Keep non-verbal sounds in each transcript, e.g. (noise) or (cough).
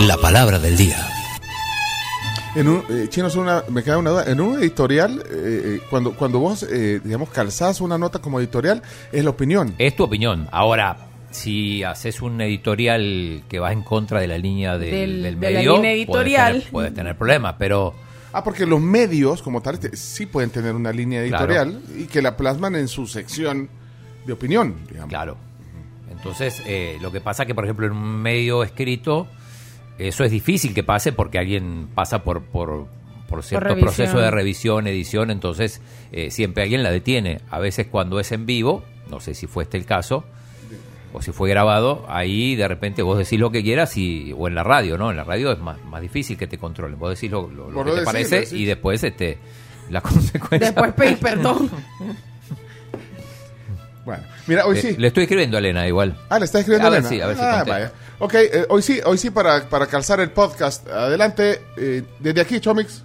La palabra del día. En un, eh, Chino, es una, me queda una duda. En un editorial, eh, eh, cuando, cuando vos, eh, digamos, calzás una nota como editorial, es la opinión. Es tu opinión. Ahora, si haces un editorial que va en contra de la línea del, Del- del de la medio, línea editorial. Puedes, tener, puedes tener problemas, pero Ah, porque los medios, como tal, te- sí pueden tener una línea editorial y que la plasman en su sección de opinión, digamos. claro. Entonces, eh, lo que pasa que, por ejemplo, en un medio escrito, eso es difícil que pase porque alguien pasa por, por, por cierto revisión. proceso de revisión, edición, entonces eh, siempre alguien la detiene. A veces cuando es en vivo, no sé si fue este el caso, o si fue grabado, ahí de repente vos decís lo que quieras y, o en la radio, ¿no? En la radio es más, más difícil que te controlen. Vos decís lo, lo- lo Vos que lo te decís, parece lo decís. y después este, la (laughs) consecuencia. Después pues pedís perdón. Bueno, mira, hoy Eh, sí. Le estoy escribiendo a Elena igual. Ah, le está escribiendo A ver Elena? si- a ver si Ah, contesta. vaya. Ok, eh, hoy sí, hoy sí para, para calzar el podcast. Adelante, eh, desde aquí, Chomix.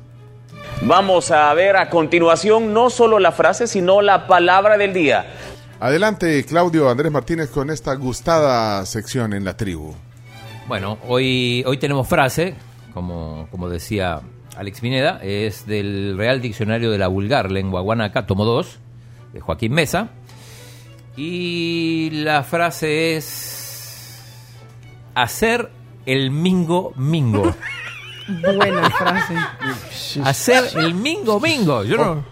Vamos a ver a continuación no solo la frase, sino la palabra del día. Adelante, Claudio Andrés Martínez, con esta gustada sección en la tribu. Bueno, hoy, hoy tenemos frase, como, como decía Alex Pineda, es del Real Diccionario de la Vulgar Lengua Guanaca, tomo 2, de Joaquín Mesa. Y la frase es. Hacer el mingo (laughs) mingo. Buena frase. Hacer el mingo mingo. Yo no.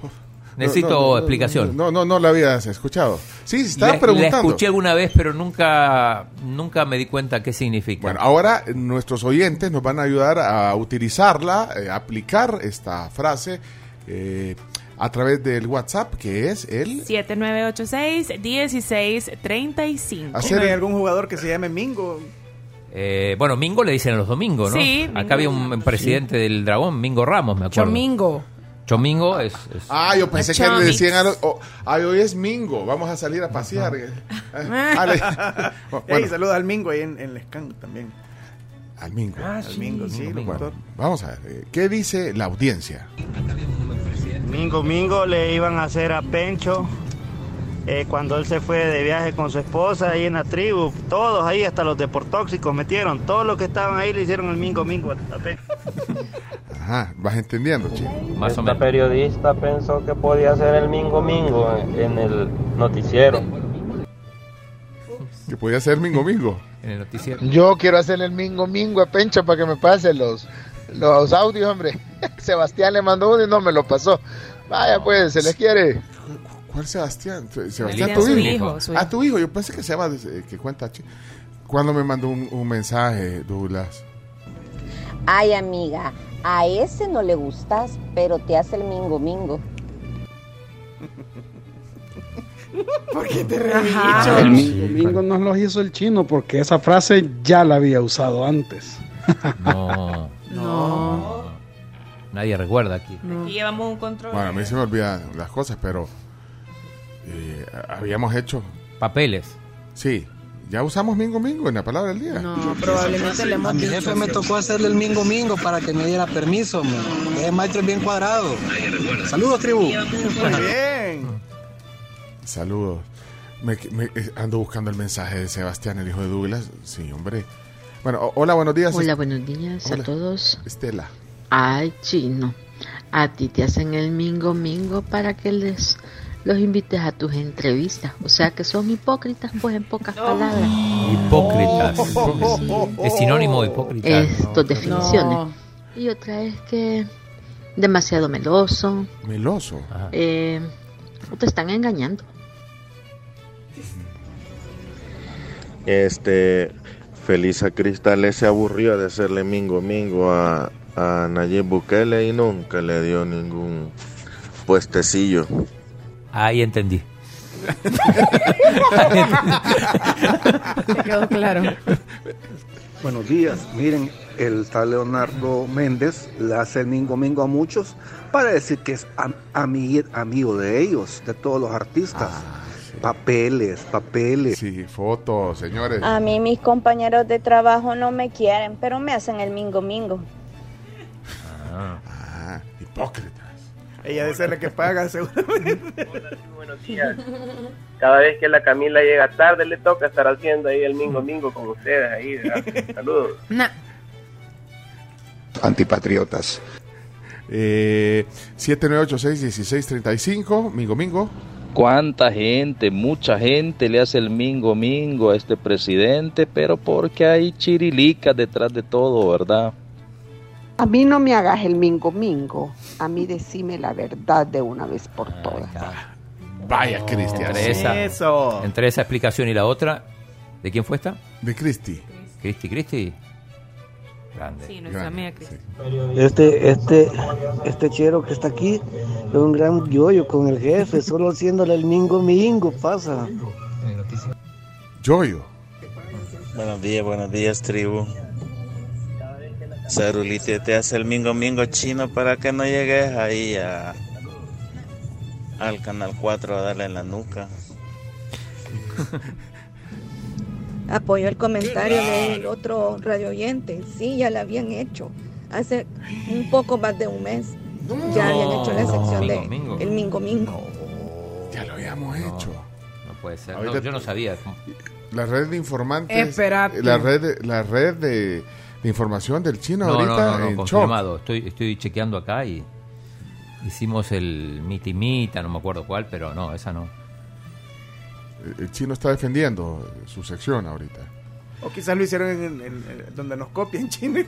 Necesito Oh. No, no, no, explicación. No, no, no la habías escuchado. Sí, estaba La- La preguntando. escuché alguna vez, pero nunca, nunca me di cuenta qué significa. Bueno, ahora nuestros oyentes nos van a ayudar a utilizarla, eh, a aplicar esta frase eh, a través del WhatsApp, que es el... 7986-1635. ¿No hay Hacer, algún jugador que se llame Mingo? Eh, bueno, Mingo le dicen a los domingos, ¿no? Sí, Mingo. Acá había un, presidente del Dragón, Mingo Ramos, me acuerdo. Chomingo. Chomingo es... es- ah, yo pensé que le Chomix. decían a los... oh, ay, hoy es Mingo, vamos a salir a pasear. (laughs) Ah, le- Ey, bueno, saluda al Mingo ahí en, en Lescan también. al Mingo. Ah, Al Mingo, sí, Mingo. Bueno, locutor. vamos a ver, eh, ¿qué dice la audiencia? Mingo Mingo le iban a hacer a Pencho eh, cuando él se fue de viaje con su esposa ahí en la tribu. Todos ahí, hasta los deportóxicos metieron. Todos los que estaban ahí le hicieron el Mingo Mingo a Pencho. Ajá, vas entendiendo, chico. más o Esta menos. periodista pensó que podía hacer el mingo mingo en el noticiero. Que podía ser Mingo Mingo. En el noticiero. Yo quiero hacerle el mingo mingo a Pencho para que me pase los, los audios, hombre. (laughs) Sebastián le mandó uno y no me lo pasó. Vaya pues, se les quiere. ¿Cuál Sebastián? Sebastián, Sebastián, tu su hijo. hijo, su Ah, hijo. tu hijo. Yo pensé que se llama, eh, que cuenta. chi- Cuando me mandó un, un mensaje, Douglas. Ay, amiga, a ese no le gustas, pero te hace el mingo mingo. Ajá. Domingo no lo hizo el chino porque esa frase ya la había usado antes. (laughs) No, No. nadie recuerda aquí. Aquí llevamos un control. Bueno, a mí se me olvidan las cosas, pero eh, habíamos hecho. Papeles. Sí, ya usamos Mingo Mingo en la palabra del día. No, probablemente le hemos dicho. me tocó hacerle el mingo mingo para que me diera permiso. Es maestro bien cuadrado. Saludos, tribu. Muy bien. Saludos. Me- me- eh, ando buscando el mensaje de Sebastián, el hijo de Douglas. Sí, hombre. Bueno, o- hola, buenos días. Hola, buenos días Hola. a todos. Estela. Ay, chino, a ti te hacen el mingo mingo para que les los invites a tus entrevistas. O sea que son hipócritas, pues en pocas palabras. Hipócritas. Es sinónimo de hipócrita. Estas definiciones. No. Y otra es que demasiado meloso, Meloso. Ajá. eh, te están engañando. Este, Felisa Cristales se aburrió de hacerle mingo mingo a, a Nayib Bukele y nunca le dio ningún puestecillo. Ahí entendí. Te quedó claro. (laughs) Buenos días. Miren, el tal Leonardo Méndez le hace el mingo mingo a muchos para decir que es am- ami- amigo de ellos, de todos los artistas. Ah, Papeles, papeles. Sí, fotos, señores. A mí mis compañeros de trabajo no me quieren, pero me hacen el mingo mingo. Ah, hipócritas. Ella debe ser la que paga, seguramente. Buenos días. Cada vez que la Camila llega tarde le toca estar haciendo ahí el mingo mingo con ustedes ahí. ¿verdad? Saludos. Nah. antipatriotas. Eh, 7986-1635, Mingo Mingo. (laughs) ¿Cuánta gente, mucha gente le hace el mingo mingo a este presidente? Pero porque hay chirilicas detrás de todo, ¿verdad? A mí no me hagas el mingo mingo. A mí decime la verdad de una vez por todas. Vaya, Cristian. Entre esa, Eso. entre esa explicación y la otra, ¿de quién fue esta? De Cristi. Cristi, Cristi. Grande. Sí, nuestra amiga Cristi. Este, este, este chero que está aquí es un gran yoyo con el jefe, solo haciéndole el mingo mingo pasa. Yoyo. Buenos días, buenos días, tribu. Sarulite te hace el mingo mingo chino para que no llegues ahí a- al canal 4 a darle en la nuca. Apoyo el comentario del otro radio oyente. Sí, ya la habían hecho. Hace un poco más de un mes. Ya habían hecho la sección de Mingo, mingo. El Mingo Mingo. Ya lo habíamos hecho. Oh, No puede ser. Ahorita No, yo no sabía. La red de informantes. Esperate. La red, la red de, de información del chino No, no, ahorita no, no, en shock. confirmado. Estoy, estoy chequeando acá y hicimos el mitimita, no me acuerdo cuál, pero no, esa no. El chino está defendiendo su sección ahorita. O quizás lo hicieron en, en- en- donde nos (laughs) copian, chino.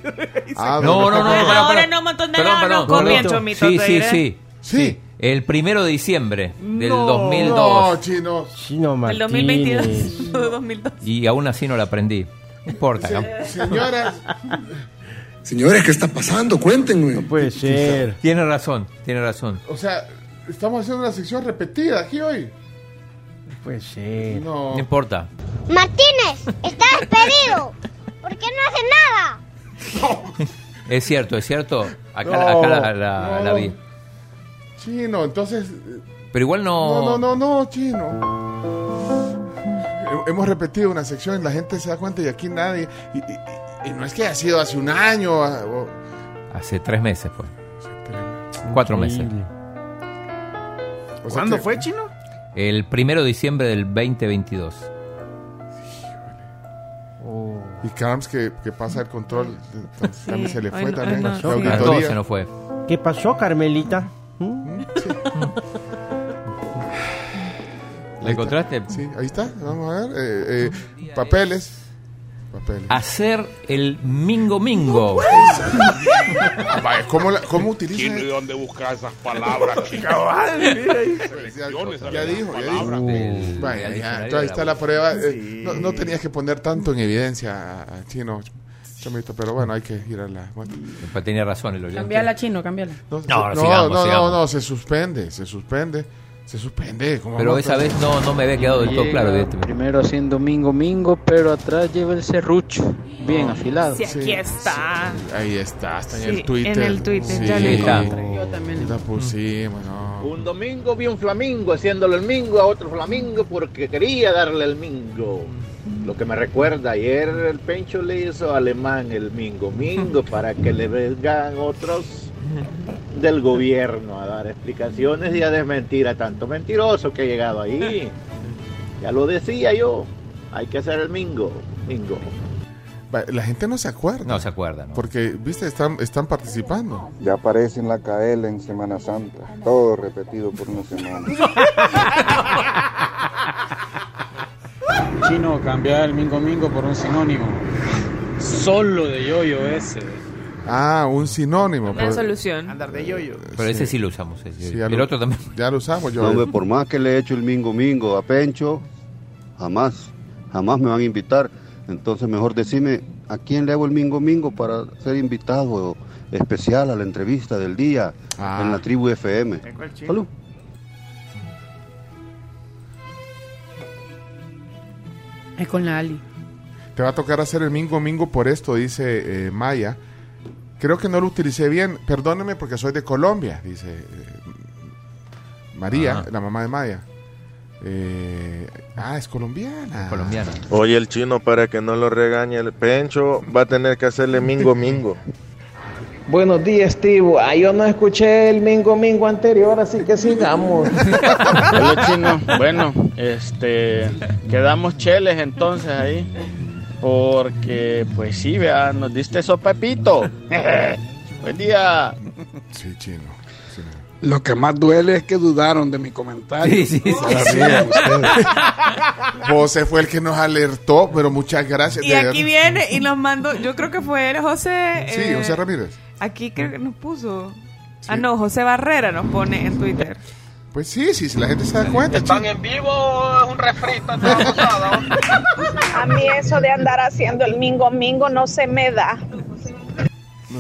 Ah, No, no, no, perdón, ahora perdón. no, un montón de Perdón, lados perdón, nos copian, correcto. chomito, Sí, te sí, diré. sí. Sí. El primero de diciembre del No, 2002. no, chino. Chino El 2022. 2002. Y aún así no la aprendí. No importa. ¿no? Señoras, Señores, ¿qué está pasando? Cuéntenme. No puede ser. Tiene razón, tiene razón. o sea, estamos haciendo una sección repetida aquí hoy. Pues sí. No. No importa. Martínez, está despedido. ¿Por qué no hace nada? Es cierto, es cierto. Acá, No, acá la, la- no. la vi. Chino, entonces. Pero igual no. No, no, no, no, chino. He- Hemos repetido una sección, la gente se da cuenta y aquí nadie. Y, y- y no es que ha sido hace un año. ah, o- Hace tres meses, pues. Cuatro meses. o sea ¿Cuándo que- fue, chino? El primero de diciembre del 2022. Y Carams que, que pasa el control tam- también se le fue hoy no- también. hoy no. La Sí. auditoría. A todos se nos fue. ¿Qué pasó, Carmelita? ¿La encontraste? Sí, ahí está. Vamos a ver. eh, eh, papeles. Papeles. Hacer el mingo Uh, mingo. Vaya, ¿Cómo, la- cómo utilizan? ¿Quién y dónde buscar esas palabras? chico? Cabal, mira ahí. Selecciones a este? Ya las dijo, ya dijo. palabras. Uh, Vaya, ya, entonces ahí está la prueba. Eh, no, no tenías que poner tanto en evidencia a- a Chino, Chomito, pero bueno, hay que ir a la... bueno. Pues tenía razón el oyente. Cambiala, chino, cambiala. No, no, sigamos, no, sigamos. no, no, se suspende, se suspende, se suspende. ¿cómo Pero vamos a esa vez no, no me había quedado del todo Llega claro. este evidentemente. Primero haciendo mingo mingo, pero atrás lleva el serrucho, Ah. bien Ah, afilado. Sí, aquí está. Ahí está, está en Sí, el Twitter. en el Twitter, ya lo encontré. Yo también lo La pusimos, no. Un domingo vi un flamingo haciéndole el mingo a otro flamingo porque quería darle el mingo. Lo que me recuerda, ayer el Pencho le hizo alemán el mingo mingo para que le vengan otros del gobierno a dar explicaciones y a desmentir a tanto mentiroso que ha llegado ahí. Ya lo decía yo, hay que hacer el mingo, mingo. Va, La gente no se acuerda. No se acuerda, ¿no? Porque, viste, están, están participando. Ya aparece en la KL en Semana Santa, todo repetido por una semana. Chino, cambiar el mingo mingo por un sinónimo. Solo de yoyo ese. Ah, un sinónimo. Una pues. solución. Andar de yoyo. Pero ese sí lo usamos. ese. Sí, ya el lo- otro también. (laughs) Ya lo usamos, yo. No, hombre, por más que le he hecho el mingo mingo a Pencho, jamás, jamás me van a invitar. Entonces mejor decime a quién le hago el mingo mingo para ser invitado especial a la entrevista del día Ah. en la tribu FM. Salud. Es con la Ali. Te va a tocar hacer el mingo mingo por esto, dice eh, Maya. Creo que no lo utilicé bien. Perdóneme porque soy de Colombia, dice eh, Ah. María, Ajá. la mamá de Maya. Eh, ah, es colombiana. Colombiana. Oye, el chino, para que no lo regañe el pencho, va a tener que hacerle mingo mingo. Buenos días, Steve. Ah, yo no escuché el mingo mingo anterior, así que sigamos. Hola, (laughs) chino. Bueno, este, quedamos cheles entonces ahí. Porque, pues sí, vea, nos diste sopepito. Buen día. Sí, chino. Sí. Lo que más duele es que dudaron de mi comentario. Sí, sí, sí. Ahora ríen ustedes. José fue el que nos alertó, pero muchas gracias. Y de aquí verdad. viene y nos mandó, yo creo que fue él, José. Sí, eh, José Ramírez. Aquí creo que nos puso. Ah, no, José Barrera nos pone en Twitter. Pues sí, sí, si la gente Mm, se da cuenta. Están chino. en vivo, es un refrito. es una babosada, ¿no? A mí eso de andar haciendo el mingo mingo no se me da. (laughs) (laughs)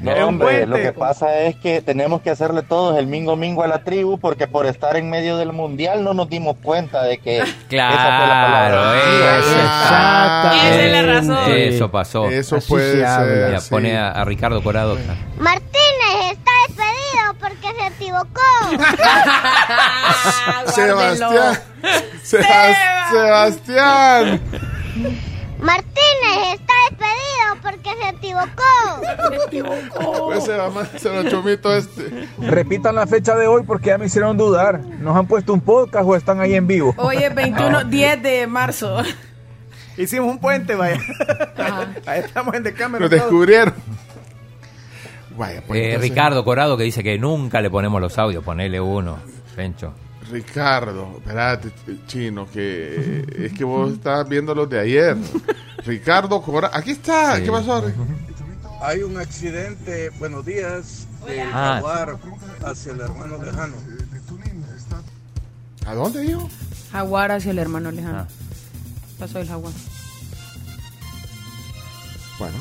No, hombre, lo que pasa es que tenemos que hacerle todos el mingo mingo a la tribu porque por estar en medio del mundial no nos dimos cuenta de (laughs) que esa fue la Ah, Claro, palabra. eso Esa es la razón. exactamente. Eso pasó. Eso Así puede se habla. ser, Mira, sí. Pone a, a Ricardo Corado. Eh, acá. Martínez está despedido porque se equivocó. Ah, Ah, Sebastián. (laughs) Sebas- Sebastián. Martínez está despedido porque se equivocó. Oh. Pues se va más- se lo chomito (laughs) este. (laughs) Repitan la fecha de hoy porque ya me hicieron dudar. ¿Nos han puesto un podcast o están ahí en vivo? Hoy es 21, 10 de marzo. Hicimos un puente, vaya. Ahí estamos en Decameron. Lo todos. descubrieron. Vaya, pues, Eh, entonces- Ricardo Corado que dice que nunca le ponemos los audios. Ponele uno, Pencho. Ricardo, espérate, chino, que eh, es que vos estás viendo los de ayer. Ricardo Cora, aquí está, Sí. ¿qué pasó? Hay un accidente, buenos días, de Ah. Jaguar hacia el hermano lejano. ¿A dónde dijo? Jaguar hacia el hermano Ah. lejano. Pasó el jaguar. Bueno,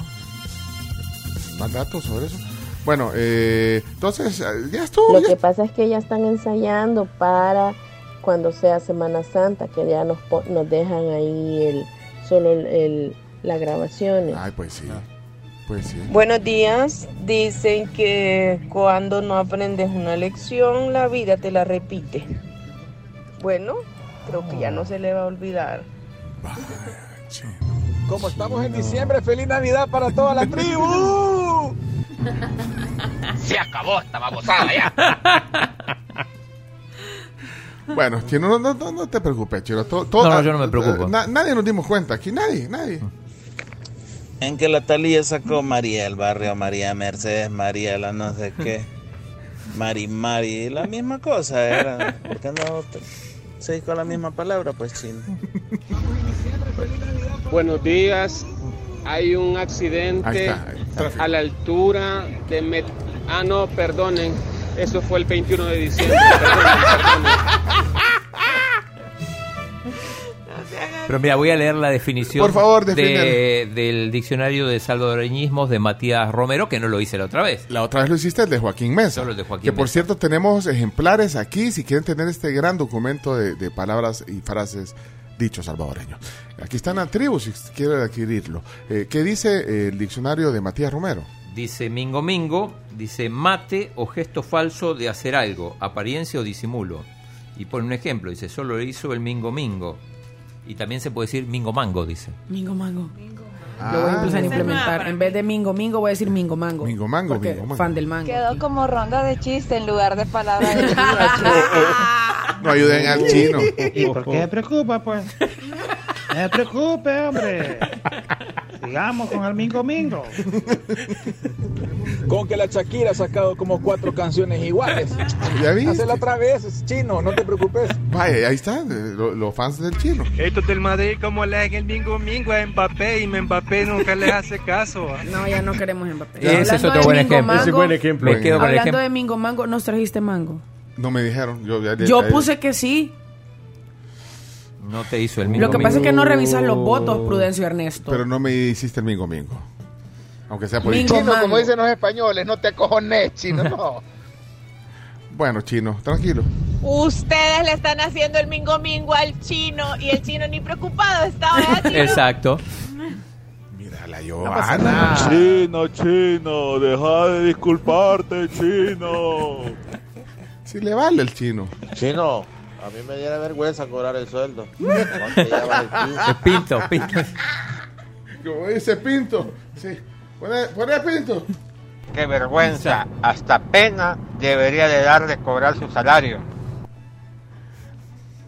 más datos sobre eso. Bueno, eh, entonces, eh, ya estuvo. Lo ya- que pasa es que ya están ensayando para cuando sea Semana Santa, que ya nos, po- nos dejan ahí el solo el, el- las grabaciones. Ay, pues sí. Pues sí. Buenos días, dicen que cuando no aprendes una lección, la vida te la repite. Bueno, creo que ya no se le va a olvidar. Como estamos en diciembre, feliz Navidad para toda la tribu. Se acabó esta babosada ya. Bueno, chino, no, no, no- no te preocupes, chino. Todo, todo- No, no, yo no me preocupo. na- nadie nos dimos cuenta aquí, nadie, nadie. (laughs) En que la Talía sacó María el barrio, María Mercedes, María la no sé qué. Mari Mari, la misma cosa era. ¿Por qué no te- se dijo la misma palabra? Pues chino. Buenos días. Hay un Ahí accidente está, ahí a la altura de Met... Ah, no, perdonen. Eso fue el 21 de diciembre. Pero mira, voy a leer la definición Por favor, de, defiéndelo. del diccionario de salvadoreñismos de Matías Romero, que no lo hice la otra vez. La otra vez lo hiciste el de Joaquín Mesa. Solo el de Joaquín que por Mesa. cierto tenemos ejemplares aquí si quieren tener este gran documento de, de palabras y frases dichos salvadoreños. Aquí están la tribu si quieren adquirirlo. Eh, ¿Qué dice eh, el diccionario de Matías Romero? Dice Mingo Mingo, dice mate o gesto falso de hacer algo, apariencia o disimulo. Y pone un ejemplo, dice solo lo hizo el Mingo Mingo. Y también se puede decir Mingo Mango, dice. Mingo mango. Lo voy a empezar a implementar. En vez de mingo mingo, voy a decir mingo mango. Mingo mango, Porque mingo mango. Fan del mango. Quedó como ronda de chiste en lugar de palabra de No ayuden al (laughs) chino. ¿Y por qué se preocupa, pues? No se preocupe, hombre. Sigamos con el Mingo Mingo. Con que la Shakira ha sacado como cuatro canciones iguales. ¿Ya viste? Hacela otra vez, chino, no te preocupes. Vaya, ahí están eh, lo- los fans del chino. Esto es del Madrid como le en el bingo mingo a Mbappé y Mbappé nunca le hace caso. No, ya no queremos Mbappé. Ese es Hablando otro de buen Mingo ejemplo. Mango, Ese es buen ejemplo. Me quedo con el Hablando ejemplo. de mingo mango, nos trajiste mango. No me dijeron. Yo, ya- eh, Yo ya- puse que sí. No te hizo el Mingo Lo que pasa es que no revisas los votos, Prudencio y Ernesto. Pero no me hiciste el mingo mingo. Aunque sea por Mingo chino. mango. Como dicen los españoles, no te acojones, chino, no. Bueno, chino, tranquilo. (laughs) Ustedes le están haciendo el mingo mingo al chino y el chino ni preocupado está. ¿verdad, chino? Exacto. A la Johanna. Chino, chino, deja de disculparte, chino. Si le vale el chino. Chino, a mí me diera vergüenza cobrar el sueldo. ¿Cuánto lleva el quince? Pinto, pinto. Como dice Pinto. Sí. Poné, poné Pinto. Qué vergüenza, hasta pena debería de darle cobrar su salario.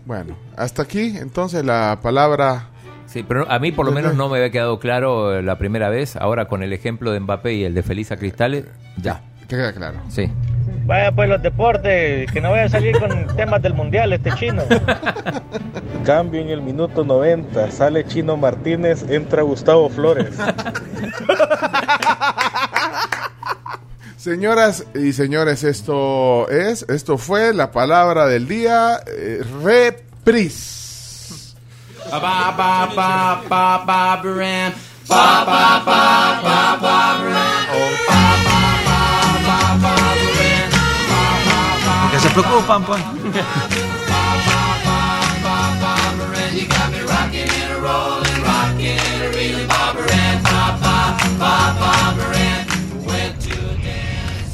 Bueno, hasta aquí entonces la palabra Sí, pero a mí por lo menos no me había quedado claro eh, la primera vez. Ahora con el ejemplo de Mbappé y el de Felisa Cristales, ya. Te queda claro. Sí. Vaya pues los deportes, que no vaya a salir con (laughs) temas del mundial este chino. Cambio en el minuto 90, sale Chino Martínez, entra Gustavo Flores. Señoras y señores, esto es, esto fue la palabra del día, eh, repris. Que se preocupan, pues.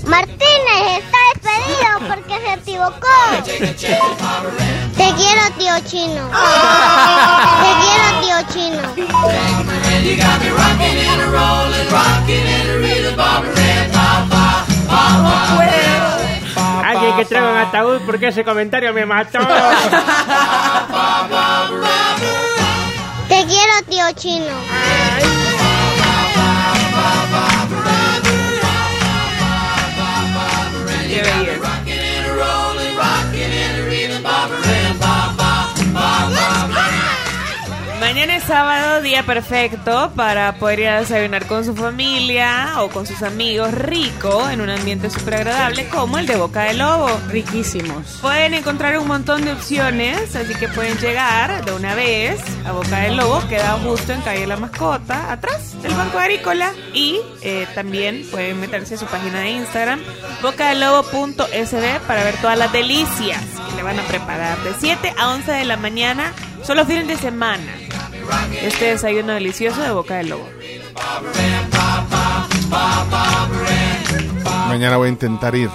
Martínez está despedido porque se equivocó. Te quiero, tío chino. Te quiero, tío chino. Alguien que traiga un ataúd porque ese comentario me mató. Te quiero, tío chino. Mañana es sábado, día perfecto para poder ir a desayunar con su familia o con sus amigos rico en un ambiente súper agradable como el de Boca de Lobo. Riquísimos. Pueden encontrar un montón de opciones, así que pueden llegar de una vez a Boca del Lobo, queda justo en calle La Mascota, atrás del Banco Agrícola. Y eh, también pueden meterse a su página de Instagram, bocadelobo.sb, para ver todas las delicias que le van a preparar de 7 a 11 de la mañana, solo fines de semana. Este desayuno delicioso de Boca del Lobo. Mañana voy a intentar ir.